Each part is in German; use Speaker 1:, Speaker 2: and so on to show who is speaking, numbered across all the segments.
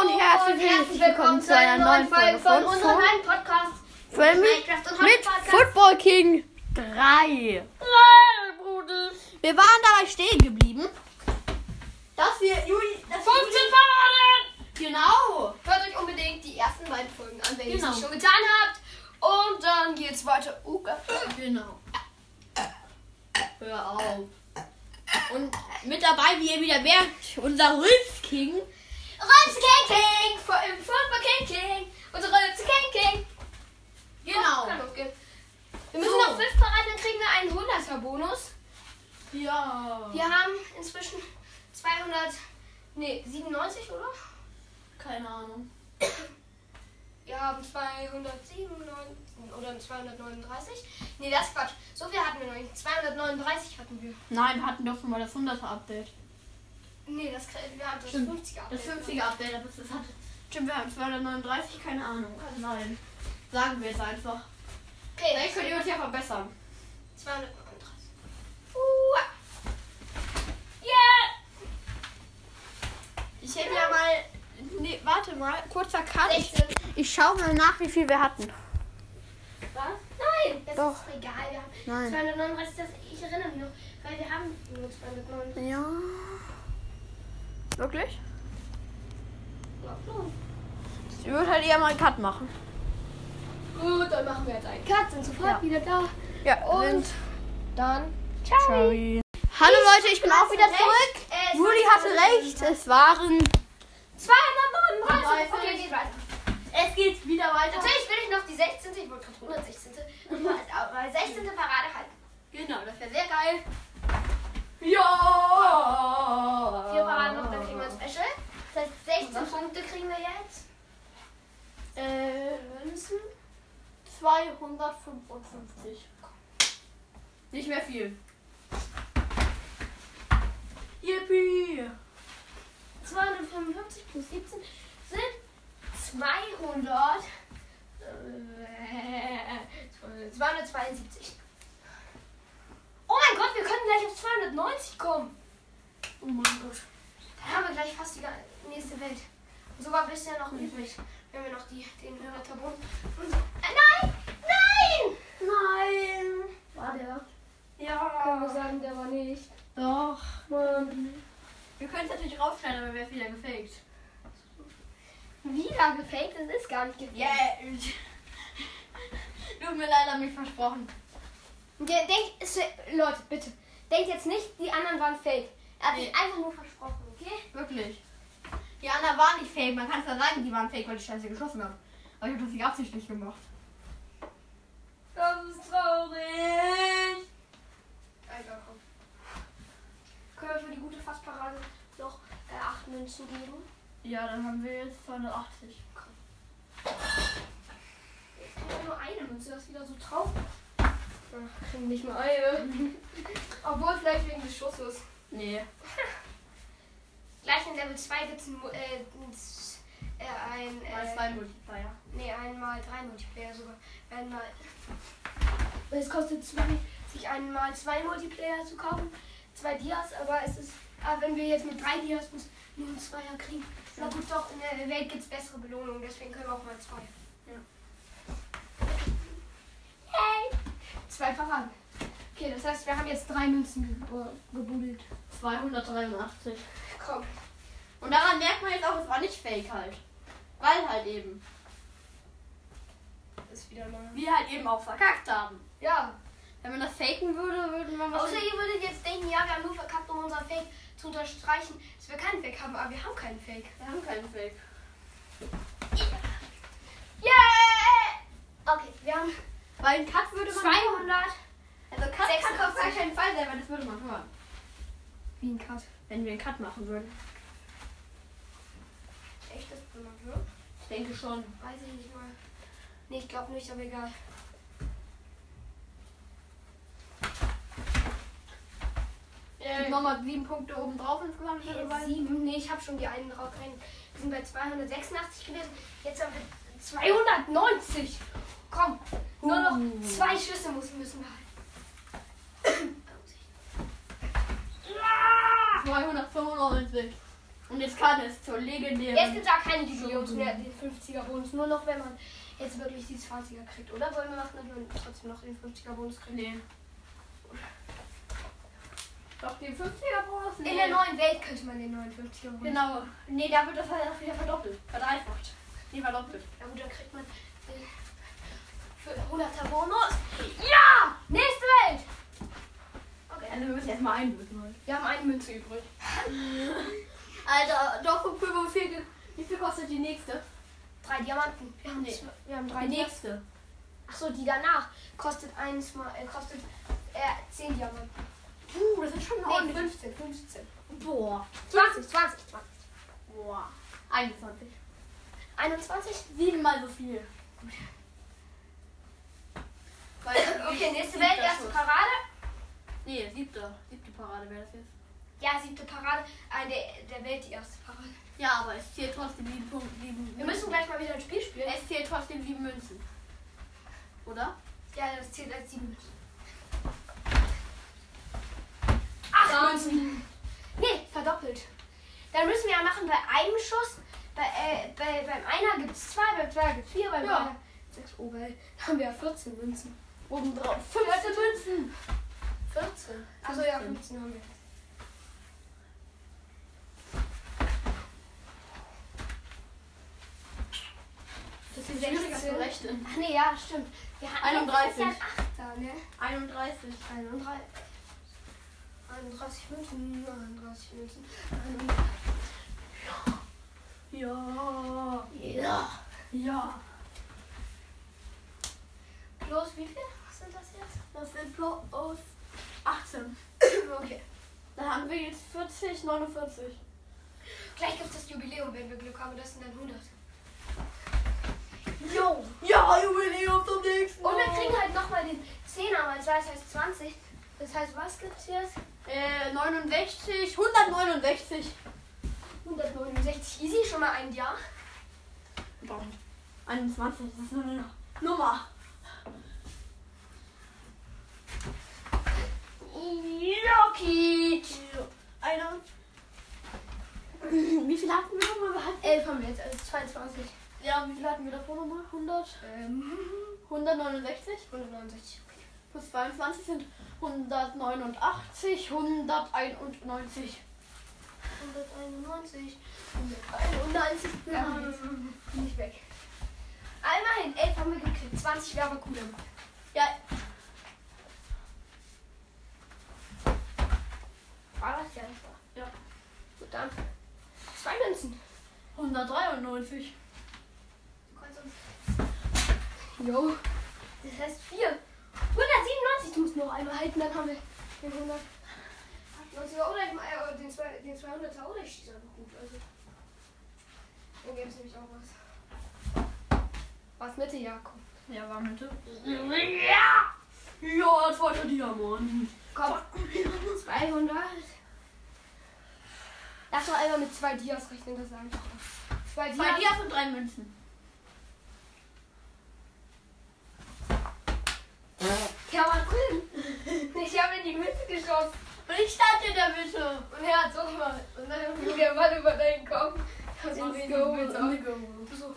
Speaker 1: und herzlich willkommen zu einer neuen Folge von unserem neuen Podcast.
Speaker 2: Family
Speaker 1: Minecraft und
Speaker 2: mit
Speaker 1: Podcast.
Speaker 2: Football King 3.
Speaker 1: Nein, Bruder. 15
Speaker 2: Wir waren dabei stehen geblieben. Dass wir Juli. Dass wir Juli
Speaker 1: Paraden.
Speaker 2: genau.
Speaker 1: Hört euch unbedingt die ersten beiden Folgen an, wenn ihr
Speaker 2: Genau.
Speaker 1: es nicht schon getan habt. Und dann geht's weiter. Uga.
Speaker 2: Genau. Hör auf. Und mit dabei, wie ihr wieder merkt, unser Riff King.
Speaker 1: Rolls King King. Vor im Football King King. Unsere Rolls King King.
Speaker 2: Genau.
Speaker 1: Kann losgehen. Wir müssen
Speaker 2: So.
Speaker 1: noch 5 Paraden, dann kriegen wir einen 100er Bonus.
Speaker 2: Ja.
Speaker 1: Wir haben inzwischen 200. Nee, 97, oder?
Speaker 2: Keine Ahnung.
Speaker 1: Wir haben 297 oder 239. Nee, das ist Quatsch. So viel hatten wir noch nicht. 239 hatten wir.
Speaker 2: Nein, wir hatten doch schon mal das 100er Update.
Speaker 1: Nee, das, kre- wir hatten das
Speaker 2: Stimmt.
Speaker 1: 50er.
Speaker 2: Das
Speaker 1: Update. ne?
Speaker 2: 50er Update, aber das hat. Stimmt, wir haben 239, keine Ahnung. Kann sein. Sagen wir jetzt einfach. Vielleicht könnt ihr
Speaker 1: Okay,
Speaker 2: uns ja verbessern.
Speaker 1: 239. Uah. Yeah!
Speaker 2: Ich hätte ja mal. Nee, warte mal, kurzer Cut.
Speaker 1: 16.
Speaker 2: Ich schaue mal nach, wie viel wir hatten.
Speaker 1: Was? Nein! Das
Speaker 2: Doch.
Speaker 1: ist egal. Wir haben
Speaker 2: Nein.
Speaker 1: 239, das, ich erinnere mich noch. Weil wir haben nur 239.
Speaker 2: Ja. Wirklich? Ich würde halt eher mal einen Cut machen.
Speaker 1: Gut, dann machen wir jetzt einen Cut. Sind sofort
Speaker 2: Ja.
Speaker 1: wieder da.
Speaker 2: Ja,
Speaker 1: Und dann. Ciao!
Speaker 2: Hallo Leute, ich bin auch wieder zurück. Juli hatte recht, es waren.
Speaker 1: 239. Okay,
Speaker 2: Neununddreißig.
Speaker 1: geht weiter.
Speaker 2: Es geht wieder weiter.
Speaker 1: Also Natürlich will ich noch die 16. Ich wollte gerade 116. also, Aber 16. Parade halten.
Speaker 2: Genau, das
Speaker 1: Wäre sehr geil.
Speaker 2: Ja!
Speaker 1: Vier Paraden noch, dann kriegen wir ein Special. Das heißt, 16 Punkte kriegen wir jetzt.
Speaker 2: Äh, Münzen 255. Nicht mehr viel. Yippie!
Speaker 1: 255 plus 17 sind 200. äh, 272. Oh mein Gott, wir können gleich auf 290 kommen.
Speaker 2: Oh mein Gott.
Speaker 1: Dann haben wir gleich fast die ga- nächste Welt. Und so war bisher noch übrig. Wenn wir noch die, den Ritterbund. Und so, äh, nein! Nein!
Speaker 2: Nein!
Speaker 1: War der? Kann man
Speaker 2: Ja!
Speaker 1: sagen, der war nicht.
Speaker 2: Doch.
Speaker 1: Mann.
Speaker 2: Wir können es natürlich rausschneiden, aber wäre wieder gefaked.
Speaker 1: Wieder gefaked, das ist gar nicht gefaked.
Speaker 2: Yeah! Tut mir leid, hab mich versprochen.
Speaker 1: Der denkt, es- Leute, bitte. Denkt jetzt nicht, die anderen waren fake. Er hat sich einfach nur versprochen, okay?
Speaker 2: Wirklich. Die anderen waren nicht fake. Man kann es ja sagen, die waren fake, weil ich scheiße geschossen habe. Aber ich habe das nicht absichtlich gemacht. Das ist traurig.
Speaker 1: Alter, komm. Können wir für die gute Fassparade noch äh, acht Münzen geben?
Speaker 2: Ja, dann haben wir jetzt 280.
Speaker 1: Jetzt kriegen wir nur eine Münze, das ist wieder so traurig. Ach, kriegen nicht mal eine. Obwohl, vielleicht wegen des Schusses.
Speaker 2: Nee.
Speaker 1: Gleich in Level 2 gibt es ein, Mu- äh, ein, S- äh, ein,
Speaker 2: Mal
Speaker 1: äh,
Speaker 2: zwei Multiplier.
Speaker 1: nee, einmal drei Multiplayer sogar. Einmal. Es kostet zwei, sich einmal zwei Multiplayer zu kaufen, zwei Dias, aber es ist, aber wenn wir jetzt mit drei Dias muss- nur einen Zweier kriegen. Na gut, doch, in der Welt gibt es bessere Belohnungen, deswegen können wir auch mal zwei.
Speaker 2: Ja.
Speaker 1: Hey! Zwei Paraden. Okay, das heißt, wir haben jetzt drei Münzen ge- gebuddelt.
Speaker 2: 283.
Speaker 1: Komm.
Speaker 2: Und daran merkt man jetzt auch, es war nicht fake halt. Weil halt eben.
Speaker 1: Ist wieder neu.
Speaker 2: Wir halt eben auch verkackt haben.
Speaker 1: Ja,
Speaker 2: Wenn man das faken würde, würden wir was.
Speaker 1: Außer ihr würdet jetzt denken, ja, wir haben nur verkackt, um unseren Fake zu unterstreichen, dass wir keinen Fake haben, aber wir haben keinen Fake.
Speaker 2: wir haben keinen Fake.
Speaker 1: Yeah! Okay, wir haben
Speaker 2: Weil ein Cut würde man.
Speaker 1: 200.
Speaker 2: Also Cut kann auf gar
Speaker 1: 56.
Speaker 2: keinen Fall sein, weil das würde man hören.
Speaker 1: Wie ein Cut.
Speaker 2: Wenn wir einen Cut machen würden.
Speaker 1: Echt, das bin man hören?
Speaker 2: Ich denke schon.
Speaker 1: Weiß ich nicht mal. Nee, ich glaube nicht, aber egal.
Speaker 2: Die Mama hat sieben Punkte oben drauf insgesamt. mittlerweile.
Speaker 1: Sieben. Nee, ich habe schon die einen drauf rein. Wir sind bei 286 gewesen. Jetzt haben wir 290. Komm, nur
Speaker 2: Uh.
Speaker 1: noch zwei Schüsse müssen, müssen wir halten.
Speaker 2: 295. Und jetzt kann es zur legendären.
Speaker 1: Jetzt gibt es auch keine Jubiläums mehr, den 50er Bonus. Nur noch, wenn man jetzt wirklich die 20er kriegt. Oder wollen wir machen, dass man trotzdem noch den 50er Bonus kriegt?
Speaker 2: Nee. Doch, den 50er Bonus?
Speaker 1: In der neuen Welt könnte man den 59er Bonus.
Speaker 2: Genau. Nee, da wird das halt auch wieder verdoppelt. Verdreifacht. Nee, verdoppelt.
Speaker 1: Ja gut, dann kriegt man äh, für 100er Bonus. Ja! Nächste Welt! Okay.
Speaker 2: Also wir müssen erstmal einlösen halt.
Speaker 1: Wir haben eine Münze übrig.
Speaker 2: Alter, doch von Pulver viel. Wie viel kostet die nächste?
Speaker 1: Drei Diamanten. Wir haben,
Speaker 2: Nee.
Speaker 1: zwei, wir haben drei
Speaker 2: die
Speaker 1: Diamanten.
Speaker 2: nächste.
Speaker 1: Achso, die danach kostet eins mal, äh, kostet äh, 10 Diamanten.
Speaker 2: Uh, das ist schon
Speaker 1: Nee,
Speaker 2: ordentlich.
Speaker 1: 15, 15.
Speaker 2: Boah.
Speaker 1: 20, 20, 20.
Speaker 2: Boah. 21.
Speaker 1: 21?
Speaker 2: Siebenmal so viel. Weil
Speaker 1: Okay, nächste Welt, erste
Speaker 2: Parade.
Speaker 1: Parade.
Speaker 2: Nee, siebte. Siebte Parade wäre das jetzt.
Speaker 1: Ja, siebte Parade. Äh, der, der Welt die erste Parade.
Speaker 2: Ja, aber es zählt trotzdem sieben Punkte. Sieben
Speaker 1: Wir müssen gleich mal wieder ein Spiel spielen.
Speaker 2: Es zählt trotzdem sieben Münzen. Oder?
Speaker 1: Ja, das zählt als sieben Münzen. Acht
Speaker 2: Dann-
Speaker 1: Münzen. Nee, verdoppelt. Dann müssen wir ja machen bei einem Schuss. Bei, äh, bei, beim einer gibt es zwei, beim zwei gibt es vier, beim
Speaker 2: Ja.
Speaker 1: drei sechs. Oh, weil da haben wir ja 14 Münzen.
Speaker 2: Obendrauf. 15 Münzen.
Speaker 1: 14? Achso, Also ja,
Speaker 2: 15.
Speaker 1: 15 haben wir.
Speaker 2: Das ist schwieriger zu
Speaker 1: 16.
Speaker 2: rechnen.
Speaker 1: Ach nee, ja, stimmt. Wir hatten
Speaker 2: 31.
Speaker 1: letztes Jahr einen Achter, ne?
Speaker 2: 31.
Speaker 1: 31, 31 Münzen, 31 Münzen.
Speaker 2: Ja.
Speaker 1: Ja.
Speaker 2: Ja.
Speaker 1: Bloß wie viel sind das jetzt?
Speaker 2: Das sind bloß 18.
Speaker 1: okay.
Speaker 2: Dann haben wir jetzt 40, 49.
Speaker 1: Gleich gibt es das Jubiläum, wenn wir Glück haben. Das sind dann 100. Jo.
Speaker 2: Ja, Jubiläum zum nächsten
Speaker 1: Und wir kriegen halt nochmal den 10er, weil 2 heißt 20. Das heißt, was gibt's jetzt?
Speaker 2: Äh, 69, 169.
Speaker 1: 169 easy, schon mal ein Jahr.
Speaker 2: 21, das ist eine Nummer.
Speaker 1: Loki.
Speaker 2: Einer. Wie viel hatten wir nochmal gehabt?
Speaker 1: 11 haben wir jetzt, also 22.
Speaker 2: Ja, wie viel hatten wir davor nochmal? 100?
Speaker 1: Ähm,
Speaker 2: 169
Speaker 1: 169.
Speaker 2: plus 22 sind 189, 191.
Speaker 1: 191. 191. Ja, nicht weg. Einmal in 11 haben wir gekriegt. 20 wäre aber cool.
Speaker 2: Ja,
Speaker 1: War das ja nicht wahr?
Speaker 2: Ja.
Speaker 1: Gut, dann. Zwei Münzen.
Speaker 2: 193.
Speaker 1: Du kannst uns. Jo. Das heißt 4. 197. Du musst noch einmal halten, dann haben wir den 100. 90er oder den, äh, den, zwei- den 200er oder ich schieße einfach gut. Also. Dann gäbe es nämlich auch was. Was Mitte, ja, komm.
Speaker 2: Ja, war Mitte. Ja! Ja, zweiter Diamant.
Speaker 1: Komm. 200. Lass doch einmal mit zwei Dias rechnen, das sagen. Zwei Dias.
Speaker 2: Zwei Dias und drei Münzen.
Speaker 1: Der war drin. Ich habe in die Mitte geschossen.
Speaker 2: Und ich stand in der Mitte.
Speaker 1: Und er hat so gemacht. Und dann fliegt der Mann über deinen Kopf. Das war richtig gut. So.
Speaker 2: Also,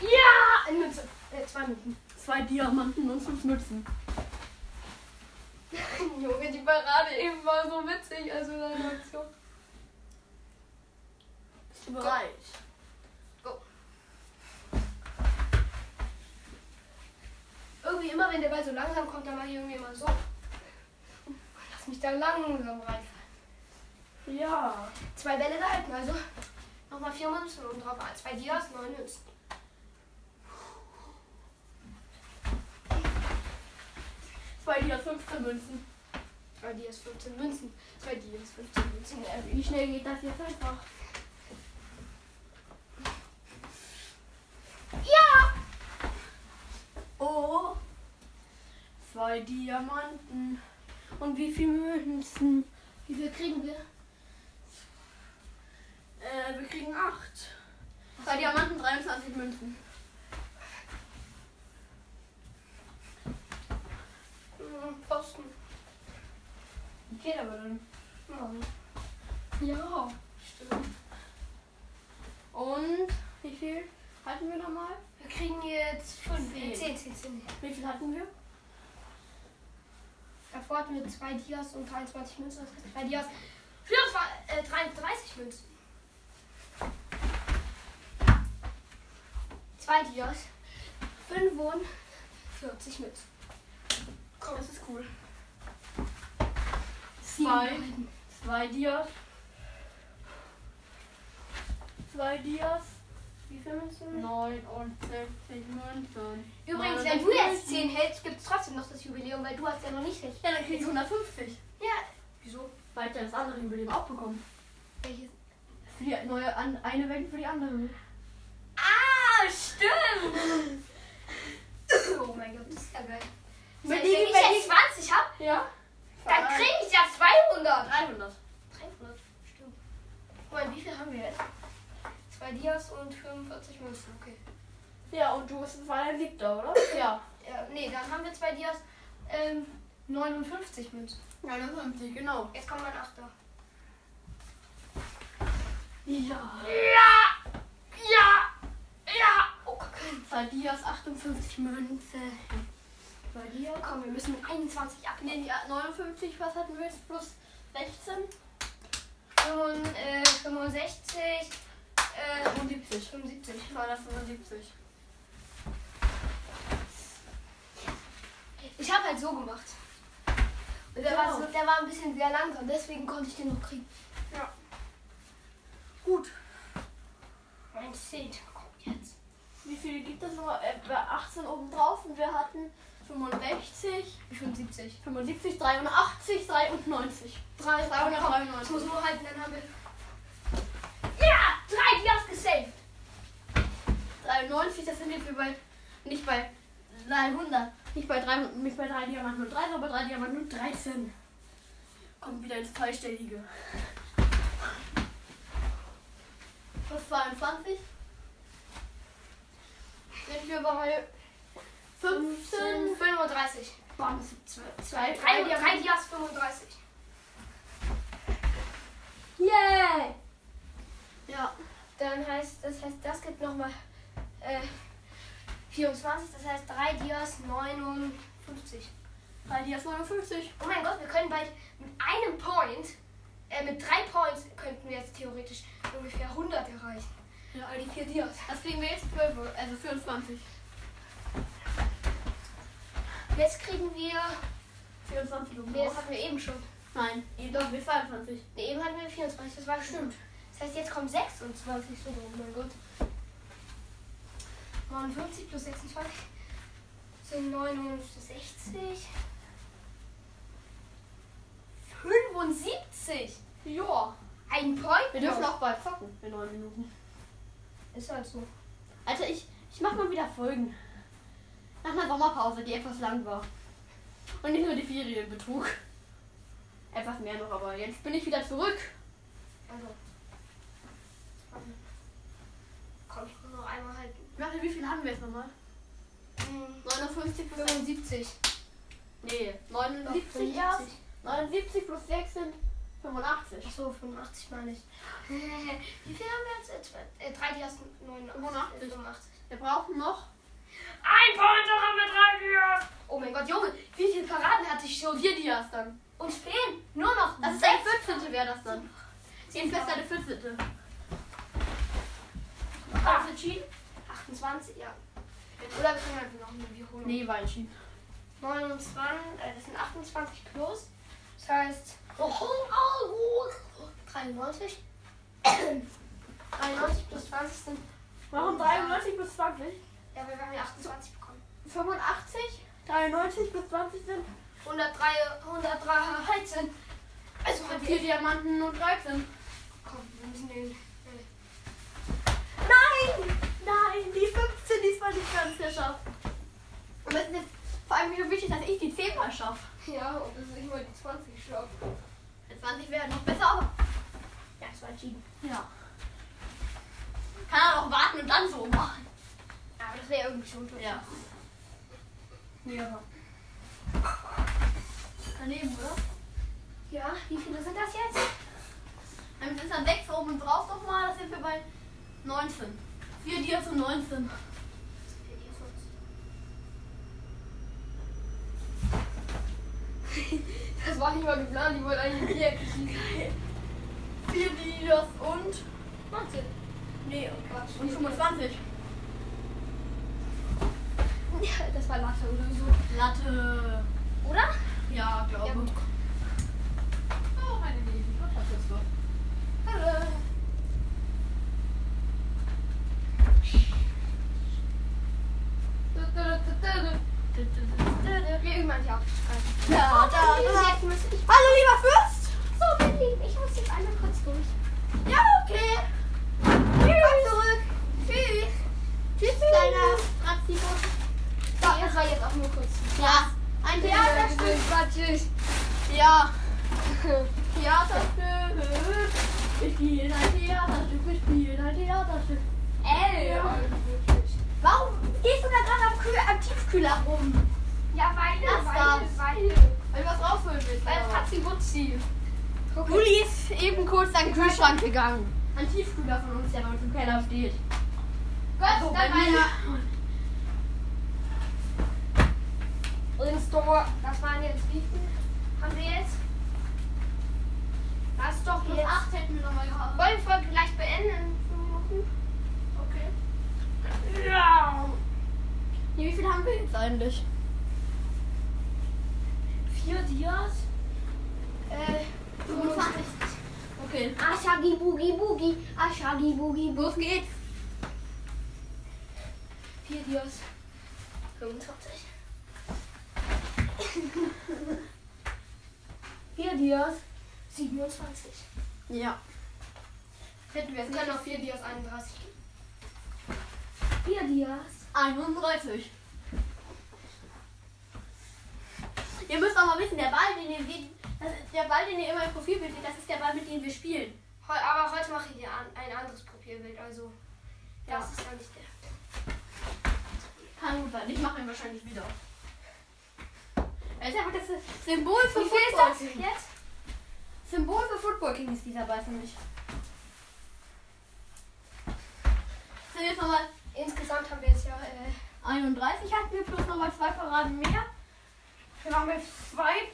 Speaker 1: Ja! Eine Münze. Äh, zwei Minuten.
Speaker 2: Zwei Diamanten und fünf Mützen.
Speaker 1: Junge, die Parade eben war so witzig. Also deine Aktion.
Speaker 2: Bist du bereit?
Speaker 1: Irgendwie immer, wenn der Ball so langsam kommt, dann mache ich irgendwie immer so. Lass mich da langsam rein.
Speaker 2: Ja.
Speaker 1: Zwei Bälle gehalten, also nochmal vier Münzen und drauf Ah, zwei Dias, neun Münzen.
Speaker 2: Zwei Dias, 15 Münzen.
Speaker 1: Zwei Dias, 15 Münzen. Zwei Dias, 15 Münzen. Äh,
Speaker 2: Wie schnell geht das jetzt einfach?
Speaker 1: Ja!
Speaker 2: Oh. Zwei Diamanten. Und wie viel Münzen?
Speaker 1: Wie viel kriegen wir?
Speaker 2: Äh, wir kriegen acht. Zwei Diamanten, 23 Münzen.
Speaker 1: Hm, Posten. Hm,
Speaker 2: Geht aber dann.
Speaker 1: Ja, stimmt.
Speaker 2: Und wie viel hatten wir nochmal?
Speaker 1: Wir kriegen jetzt fünf.
Speaker 2: Zehn.
Speaker 1: Zehn, zehn, zehn.
Speaker 2: Wie viel hatten wir?
Speaker 1: Davor hatten wir zwei Dias und 23 Münzen. Das heißt, zwei Dias. 24, äh, 33 Münzen. Zwei Dias. 45 Münzen. Komm, das ist cool.
Speaker 2: Zwei. Zwei Dias. Zwei Dias.
Speaker 1: Wie viel Münzen?
Speaker 2: 69 Münzen.
Speaker 1: Übrigens, wenn du jetzt 10 hältst, gibt es trotzdem noch das Jubiläum, weil du hast ja noch nicht recht.
Speaker 2: Ja, dann krieg ich 150.
Speaker 1: Ja. Wieso?
Speaker 2: Weil ich ja das andere Jubiläum auch bekommen.
Speaker 1: Welches?
Speaker 2: Für die neue, an, eine Welt für die andere.
Speaker 1: Ah, stimmt! oh mein Gott, das ist ja geil. Das
Speaker 2: Wenn
Speaker 1: heißt,
Speaker 2: die-
Speaker 1: wenn
Speaker 2: wenn
Speaker 1: ich jetzt 20 habe,
Speaker 2: Ja?
Speaker 1: dann kriege ich ja 200.
Speaker 2: 300.
Speaker 1: 300, stimmt. Moment, wie viel haben wir jetzt? Zwei Dias und 45 Münzen, okay.
Speaker 2: Ja, und du bist vor allem Siebter, oder? Ja.
Speaker 1: Ja, nee, dann haben wir zwei Dias, ähm, 59 Münzen.
Speaker 2: 59, genau.
Speaker 1: Jetzt kommt mein Achter.
Speaker 2: Ja.
Speaker 1: Ja! Ja! Ja! Oh, guck mal.
Speaker 2: Zwei Dias, 58 Münzen.
Speaker 1: Bei dir? Komm, wir müssen mit 21 abnehmen.
Speaker 2: Nee, die 59, was hatten wir jetzt? Plus 16?
Speaker 1: Fünfund- äh, 65, äh,
Speaker 2: 75.
Speaker 1: 75.
Speaker 2: 275.
Speaker 1: Ich habe halt so gemacht. Und der, war so, der war ein bisschen sehr langsam, deswegen konnte ich den noch kriegen.
Speaker 2: Gut.
Speaker 1: Mein Zehnt kommt jetzt.
Speaker 2: Wie viele gibt es noch? Äh, bei 18 oben drauf und wir hatten 65,
Speaker 1: 75.
Speaker 2: 75, 83, 93.
Speaker 1: 3,
Speaker 2: 393.
Speaker 1: Ich muss nur halten, dann haben wir. Ja! Drei Dias gesaved!
Speaker 2: 93, das sind jetzt wir bei, nicht bei 300, nicht bei 3, nicht bei 3 Diamant nur 3, sondern bei 3 Diamant nur 13. Kommt wieder ins Zweistellige. Plus 22. Sind wir bei 15,
Speaker 1: 35.
Speaker 2: bam, 2, 3
Speaker 1: Drei, drei
Speaker 2: Diamant.
Speaker 1: Dias 35.
Speaker 2: Yay! Ja.
Speaker 1: Dann heißt das heißt, das gibt nochmal äh, 24, das heißt 3 Dias 59.
Speaker 2: 3 Dias 59.
Speaker 1: Oh mein Gott, wir können bald mit einem Point, äh, mit drei Points könnten wir jetzt theoretisch ungefähr 100 erreichen.
Speaker 2: Ja,
Speaker 1: Aber die 4 Dias.
Speaker 2: das kriegen wir jetzt 12, also 24.
Speaker 1: Jetzt kriegen wir,
Speaker 2: 24 oben
Speaker 1: nee, das
Speaker 2: drauf.
Speaker 1: hatten wir eben schon.
Speaker 2: Nein, eh doch, wir 22.
Speaker 1: Nee, eben hatten wir 24, das war stimmt. Das heißt, jetzt kommen 26 sogar, oh mein Gott. 59 plus 26 sind 69. 75!
Speaker 2: Joa.
Speaker 1: Ein Point?
Speaker 2: Wir dürfen auch bald zocken in 9 Minuten.
Speaker 1: Ist halt so.
Speaker 2: Alter, ich, ich mach mal wieder Folgen. Nach einer Sommerpause, die etwas lang war. Und nicht nur die Ferienbetrug. Etwas mehr noch, aber jetzt bin ich wieder zurück.
Speaker 1: Also. ähm, Komm, ich muss noch einmal halten.
Speaker 2: Warte, wie viel haben wir jetzt nochmal?
Speaker 1: Hm,
Speaker 2: 59 plus 6.
Speaker 1: 75.
Speaker 2: Nee,
Speaker 1: Doch,
Speaker 2: 79 erst. 79 plus 6 sind 85.
Speaker 1: Achso, 85 meine ich. Wie viel haben wir jetzt? Äh, zwei- Äh, 3 Dias 89.
Speaker 2: 85.
Speaker 1: 85.
Speaker 2: Wir brauchen noch.
Speaker 1: Ein Point noch haben wir drei Dias. Oh mein Gott, Junge, wie viele Paraden hatte ich schon?
Speaker 2: 4 Dias dann.
Speaker 1: Uns fehlen nur noch
Speaker 2: Das ist deine 14. wäre das dann. Jedenfalls deine 14.
Speaker 1: Hast du entschieden? 28, ja. Oder wir können halt noch eine Wiederholung.
Speaker 2: Nee, war entschieden.
Speaker 1: 29, äh, das sind 28 plus. Das heißt, oh, oh, oh, oh, 93. 93 plus 20 sind,
Speaker 2: Warum 93 bis 20?
Speaker 1: ja, weil wir haben ja 28 bekommen.
Speaker 2: 85, 93 bis 20 sind
Speaker 1: 103, 103, 13. Also haben wir,
Speaker 2: 4 Diamanten und 13.
Speaker 1: komm, wir müssen den,
Speaker 2: Nein! Nein, die 15 diesmal nicht ganz geschafft. Und es ist jetzt vor allem so wichtig, dass ich die 10 mal schaffe.
Speaker 1: ja, und das ist nicht mal die 20 schon.
Speaker 2: Die 20 wäre noch besser, aber
Speaker 1: Ja, es war entschieden.
Speaker 2: ja. Kann er auch warten und dann so machen.
Speaker 1: Aber das wäre irgendwie schon
Speaker 2: Ja.
Speaker 1: Ja.
Speaker 2: Daneben, oder?
Speaker 1: Ja, wie viele sind das jetzt?
Speaker 2: Damit ist dann 6 oben drauf nochmal, das sind wir bei 19. 4 Dias und 19.
Speaker 1: Das war nicht mal geplant, ich wollte eigentlich ein Viereck schießen.
Speaker 2: 4 Dias und.
Speaker 1: Wahnsinn. oh
Speaker 2: Nee,
Speaker 1: Quatsch.
Speaker 2: und 25.
Speaker 1: Ja, das war Latte oder so.
Speaker 2: Latte.
Speaker 1: Oder?
Speaker 2: Ja, glaube
Speaker 1: Ja, gut.
Speaker 2: Oh, meine Liebe, ich hoffe, das ist so.
Speaker 1: Äh,
Speaker 2: Hallo.
Speaker 1: äh, Wir üben manche aufzuschreiben.
Speaker 2: Da, da, da. Hallo, lieber Fürst.
Speaker 1: So, mein Lieben, ich muss jetzt einmal kurz durch.
Speaker 2: Ja, okay. Komm zurück. Tschüss. Tschüss, kleiner Stratzikus.
Speaker 1: So, das war jetzt auch nur kurz.
Speaker 2: Ja, ein Theaterstück.
Speaker 1: war tschüss.
Speaker 2: Ja. Theaterstück. Wir spielen ein Theaterstück. Wir spielen ein Theaterstück.
Speaker 1: Ey.
Speaker 2: Ja. Warum gehst du da gerade am, Kühl- am Tiefkühler rum?
Speaker 1: Ja, weil,
Speaker 2: Das
Speaker 1: weil,
Speaker 2: war's.
Speaker 1: weil.
Speaker 2: Weil du was rausholen willst.
Speaker 1: Weil Fatzi Wutzi.
Speaker 2: Uli ist eben kurz an den Kühlschrank gegangen. Ein Tiefkühler von uns, der bei uns im Keller steht.
Speaker 1: Gott,
Speaker 2: Oh,
Speaker 1: oh,
Speaker 2: bei
Speaker 1: dann
Speaker 2: mir.
Speaker 1: meine. Übrigens, Doro, das waren jetzt wie viel? Haben wir jetzt? Das ist doch
Speaker 2: Plus
Speaker 1: jetzt.
Speaker 2: acht hätten wir nochmal gehabt.
Speaker 1: Wollen wir die Folge gleich beenden in fünf Minuten?
Speaker 2: Okay.
Speaker 1: Ja.
Speaker 2: Nee, wie viel haben wir jetzt eigentlich?
Speaker 1: Vier Dias. Äh,
Speaker 2: 25. Okay.
Speaker 1: Ashagi Boogie Boogie. Ashagi Boogie Boogie.
Speaker 2: Los geht's.
Speaker 1: Vier Dias. 25. Vier Dias. 27.
Speaker 2: Ja. Hätten wir
Speaker 1: Es
Speaker 2: jetzt
Speaker 1: können
Speaker 2: nicht.
Speaker 1: noch vier Dias 31 geben. Vier Dias.
Speaker 2: 31. Ihr müsst auch mal wissen, der Ball, den ihr, seht, das ist der Ball, den ihr immer im Profilbild seht, das ist der Ball, mit dem wir spielen.
Speaker 1: Heu- Aber heute mache ich dir an- ein anderes Profilbild, also
Speaker 2: Ja.
Speaker 1: das ist eigentlich der.
Speaker 2: Kann gut sein. Ich mache ihn wahrscheinlich wieder. Er ist einfach das Symbol für
Speaker 1: Wie viel ist
Speaker 2: Football
Speaker 1: das
Speaker 2: King.
Speaker 1: jetzt?
Speaker 2: Symbol für Football King ist dieser Ball für mich. Sind jetzt nochmal
Speaker 1: Insgesamt haben wir jetzt ja. Äh,
Speaker 2: 31 hatten wir plus nochmal zwei Paraden mehr.
Speaker 1: wir haben jetzt zwei.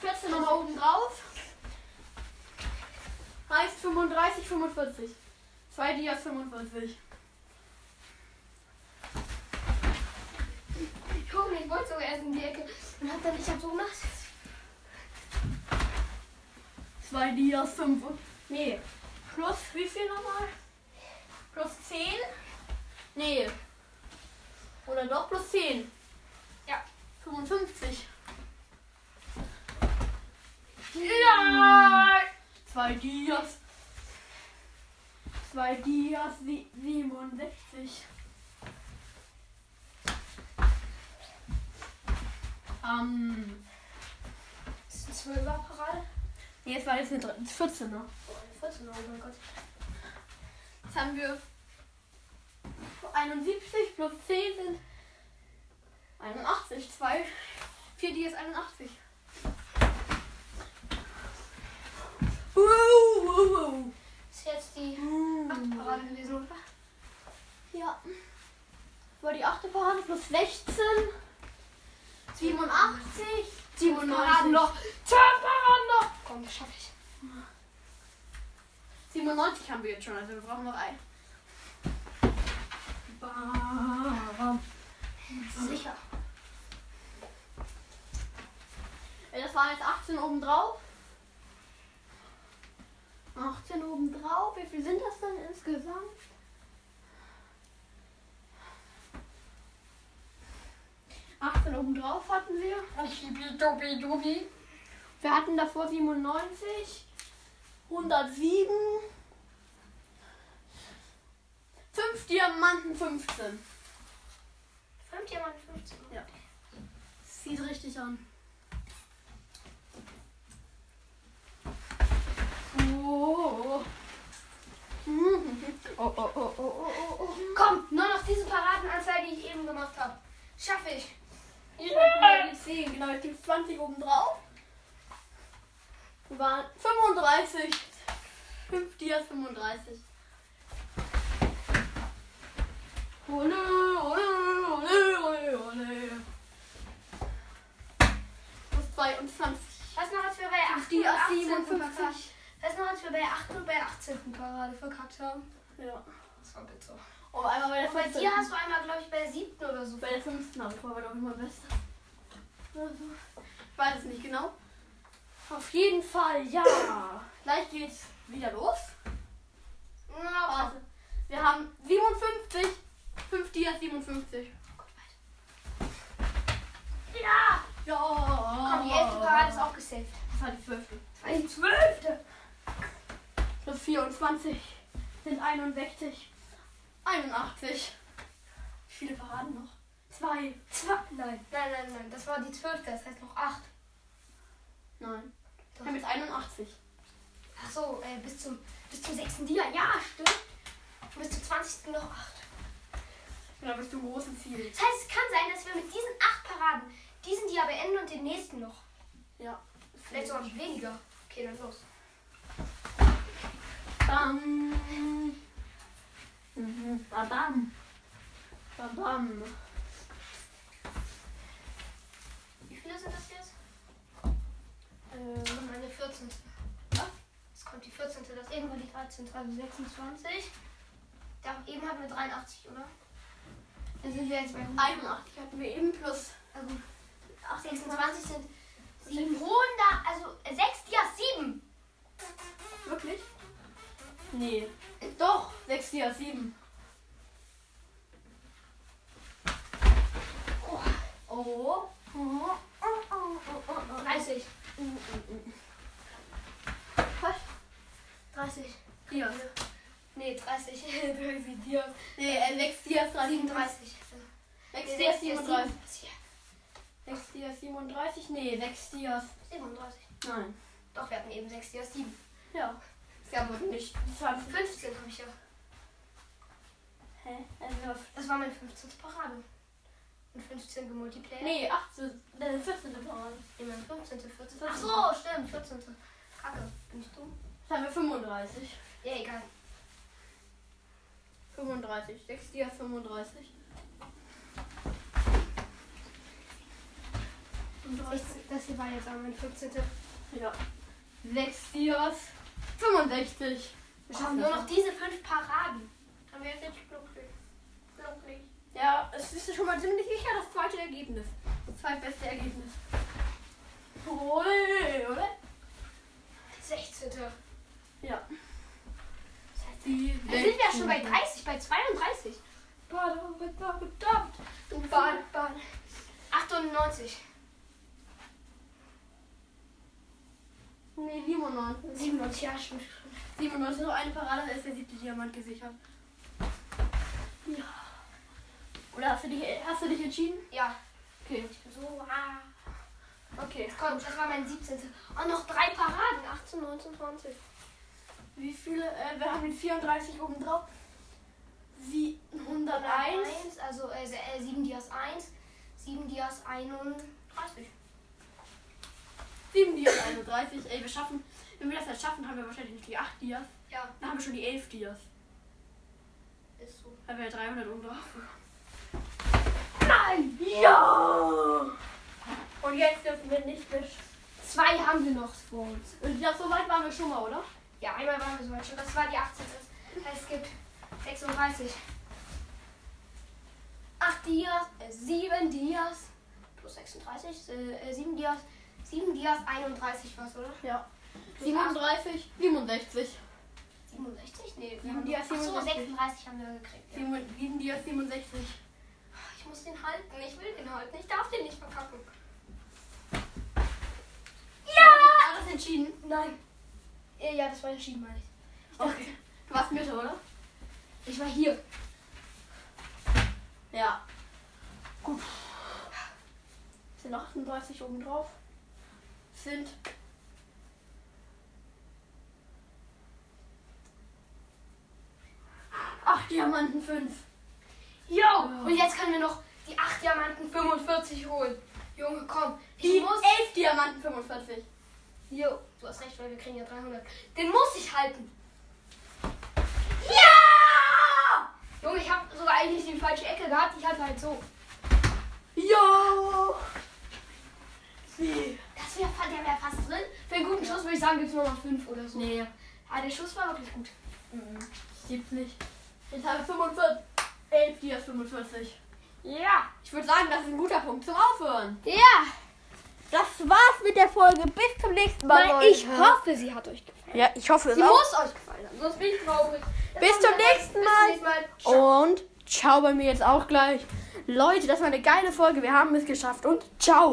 Speaker 2: 14 nochmal oben drauf. Heißt 35, 45. Zwei Dias 45.
Speaker 1: Junge, ich wollte sogar erst in die Ecke und hab dann, ich hab so gemacht.
Speaker 2: Zwei Dias 5. Nee. Plus wie viel nochmal? Plus 10? Nee. Oder doch plus 10?
Speaker 1: Ja.
Speaker 2: 55.
Speaker 1: Ja!
Speaker 2: Zwei Dias. Zwei Dias sie- 67. Ähm.
Speaker 1: Ist ein Zwölferparade?
Speaker 2: Nee, es war jetzt eine ne? dr- 14 noch.
Speaker 1: Oh, eine 14, oh mein Gott.
Speaker 2: Jetzt haben wir 71 plus 10 sind 81. 2, 4 Dias 81. Wow, wow,
Speaker 1: Ist jetzt
Speaker 2: Hm.
Speaker 1: die
Speaker 2: wow.
Speaker 1: achte Parade gewesen, oder?
Speaker 2: Ja. War die achte Parade plus 16. 87. 97.
Speaker 1: Paraden noch.
Speaker 2: Zehn Paraden noch.
Speaker 1: Komm, das schaff ich.
Speaker 2: 97 haben wir jetzt schon, also wir brauchen noch ein. Bam. Mhm.
Speaker 1: Sicher.
Speaker 2: Ey, Das waren jetzt 18 obendrauf. 18 obendrauf. Wie viel sind das dann insgesamt? Achtzehn obendrauf hatten wir.
Speaker 1: Dobi, dobi.
Speaker 2: Wir hatten davor 97, 107, 5 Diamanten 15.
Speaker 1: Fünf Diamanten, 15.
Speaker 2: Ja. Sieht richtig an. Oh. Oh, oh, oh, oh, oh, oh, oh.
Speaker 1: Komm, nur noch diese Paradenanzahl, die ich eben gemacht habe. Schaffe ich.
Speaker 2: Ich hab nur die 10, genau, jetzt gibt's 20 oben drauf. Wir waren 35. 5 Dias 35. Ole, ole, ole, ole, ole. Plus 22.
Speaker 1: Was noch, als wir bei 8 und
Speaker 2: Dias
Speaker 1: 18 verkackt
Speaker 2: 57.
Speaker 1: Was noch, als wir bei 8 und bei 18 Parade verkackt haben?
Speaker 2: Ja.
Speaker 1: Das war bitter.
Speaker 2: Oh, einmal bei der
Speaker 1: Und bei dir
Speaker 2: 15.
Speaker 1: hast du einmal, glaube ich, bei der 7. oder so.
Speaker 2: Bei der 15 habe ich war doch immer besser. Oder so. Ich weiß es nicht genau. Auf jeden Fall, ja. Gleich geht's wieder los.
Speaker 1: Na,
Speaker 2: Warte. Wir haben 57. 5 Dias 57.
Speaker 1: Ja!
Speaker 2: Ja.
Speaker 1: Komm, die 11. Parade ist auch gesaved.
Speaker 2: Das war die 12.
Speaker 1: Das war die 12.
Speaker 2: Plus 24 sind 61. 81. Wie viele Paraden noch? Zwei.
Speaker 1: Zwei. Nein, nein, nein, nein. Das war die 12. Das heißt noch 8.
Speaker 2: Nein. Wir haben jetzt 81.
Speaker 1: Ach so, äh, bis zum, bis zum 6. Dia. Ja, stimmt. Und bis zum 20. noch 8.
Speaker 2: Da bist du großen Ziel.
Speaker 1: Das heißt, es kann sein, dass wir mit diesen 8 Paraden diesen Dia beenden und den nächsten noch.
Speaker 2: Ja.
Speaker 1: Vielleicht sogar noch weniger. Okay, dann los.
Speaker 2: Bam. Mhm. Bam, bam. Bam, bam.
Speaker 1: Wie viele sind das jetzt?
Speaker 2: Äh,
Speaker 1: Und eine 14.
Speaker 2: Was?
Speaker 1: Es kommt die 14. Das irgendwann die 13. Also 26. Da eben hatten wir 83, oder? Dann sind wir jetzt bei
Speaker 2: 81 hatten wir eben plus
Speaker 1: Also
Speaker 2: 28.
Speaker 1: 26 sind 700, also 6 Dias 7.
Speaker 2: Wirklich? Nee. Doch, 6 Dias 7.
Speaker 1: Oh,
Speaker 2: Oh. oh.
Speaker 1: 30.
Speaker 2: Was?
Speaker 1: 30.
Speaker 2: Dias.
Speaker 1: Nee, 30. 30 Dias.
Speaker 2: Nee, äh, 6 Dias 37.
Speaker 1: 37.
Speaker 2: 6
Speaker 1: Nee,
Speaker 2: Dias
Speaker 1: sechs
Speaker 2: 37.
Speaker 1: Dias 37.
Speaker 2: 6 Dias 37? Nee, 6 Dias.
Speaker 1: 37.
Speaker 2: Nein.
Speaker 1: Doch, wir hatten eben 6 Dias 7.
Speaker 2: Ja.
Speaker 1: Es gab aber
Speaker 2: Nicht 20.
Speaker 1: 15 habe ich ja.
Speaker 2: Hä? Also,
Speaker 1: Das war mein 15. Parade. Und 15 gemultiplayer.
Speaker 2: nee, 18. Äh, 14. Parade.
Speaker 1: Immer 15. 14.
Speaker 2: 14..
Speaker 1: Ach so, stimmt, 14. Kacke, bin ich dumm?
Speaker 2: Jetzt haben wir 35.
Speaker 1: Ja, egal.
Speaker 2: 35. 6 Dias 35.
Speaker 1: 16, das hier war jetzt auch mein 15.
Speaker 2: Ja. 6 Dias 65.
Speaker 1: Wir schaffen nur noch diese fünf Paraden. Dann wäre ich richtig glücklich. Glücklich.
Speaker 2: Ja, es ist schon mal ziemlich sicher das zweite Ergebnis. Das zweitbeste Ergebnis. Ole, ole.
Speaker 1: 16. Das heißt,
Speaker 2: Ja.
Speaker 1: wir sind ja schon bei 30, bei 32.
Speaker 2: Oh, Verdammt.
Speaker 1: Und Bahn, Bahn. 98.
Speaker 2: Nee, 97.
Speaker 1: 97, ja, stimmt. schon.
Speaker 2: 97 noch eine Parade, da ist der siebte Diamant gesichert. Ja. Oder hast du dich, hast du dich entschieden?
Speaker 1: Ja,
Speaker 2: Okay.
Speaker 1: ich bin so. Ah.
Speaker 2: Okay.
Speaker 1: Jetzt kommt, das war mein 17. Und noch drei Paraden. 18, 19, 20.
Speaker 2: Wie viele? Äh, wir haben den 34 oben drauf. Wie 101.
Speaker 1: also äh, se- äh, 7 Dias 1, 7 Dias 31.
Speaker 2: 7 Dias, also 30. Ey, wir schaffen, wenn wir das jetzt schaffen, haben wir wahrscheinlich nicht die 8 Dias.
Speaker 1: Ja,
Speaker 2: Dann haben wir schon die 11 Dias.
Speaker 1: ist so.
Speaker 2: Weil wir ja 300 oben drauf
Speaker 1: Nein!
Speaker 2: Ja! Und jetzt dürfen wir nicht mehr. sch-
Speaker 1: Zwei haben wir noch vor uns.
Speaker 2: Und ich glaube, so weit waren wir schon mal, oder?
Speaker 1: Ja, einmal waren wir so weit schon. Das war die 18. Das heißt, es gibt 36. 8 Dias, äh, 7 Dias, plus 36, äh, 7 Dias, 7 Dias, 31 was, oder?
Speaker 2: Ja. 37, 67.
Speaker 1: 67? Nee, wir
Speaker 2: Sieben
Speaker 1: haben
Speaker 2: Dias,
Speaker 1: noch- Ach so,
Speaker 2: 67.
Speaker 1: 36 haben wir gekriegt. Ja.
Speaker 2: 7 Dias, 67.
Speaker 1: Ich muss den halten, ich will den halten, ich darf den nicht verkacken.
Speaker 2: Ja! War das entschieden?
Speaker 1: Nein. Äh, Ja, das war entschieden, meine ich.
Speaker 2: Okay. Du warst Mitte, oder?
Speaker 1: Ich war hier.
Speaker 2: Ja. Gut. Sind 38 oben drauf. Sind. Acht Diamanten fünf.
Speaker 1: Yo! Und jetzt können wir noch die 8 Diamanten 45 holen. Junge, komm. Ich
Speaker 2: Die
Speaker 1: muss.
Speaker 2: elf Diamanten 45.
Speaker 1: Jo, du hast recht, weil wir kriegen ja 300. Den muss ich halten.
Speaker 2: Ja!
Speaker 1: Junge, ich habe sogar eigentlich die falsche Ecke gehabt. Ich hatte halt so.
Speaker 2: Ja! Nee.
Speaker 1: Das wär, fa- der wäre fast drin. Für einen guten Schuss würde ich sagen, gibt es nur noch 5 oder so.
Speaker 2: Nee.
Speaker 1: Ah, der Schuss war wirklich gut.
Speaker 2: Mhm. Gibt's nicht. Jetzt habe ich 45. 11, die 45.
Speaker 1: Ja.
Speaker 2: Ich würde sagen, das ist ein guter Punkt zum Aufhören.
Speaker 1: Ja.
Speaker 2: Das war's mit der Folge. Bis zum nächsten
Speaker 1: Weil ich hoffe, sie hat euch gefallen.
Speaker 3: Ja, ich hoffe es
Speaker 1: Sie
Speaker 3: auch.
Speaker 1: muss euch gefallen haben, sonst bin ich traurig. Das
Speaker 2: Bis
Speaker 1: haben
Speaker 2: zum
Speaker 1: wir-
Speaker 2: nächsten
Speaker 1: bis
Speaker 2: Mal. Oh,
Speaker 1: zum nächsten Mal. Ciao.
Speaker 2: Und ciao bei mir jetzt auch gleich. Leute, das war eine geile Folge. Wir haben es geschafft und ciao.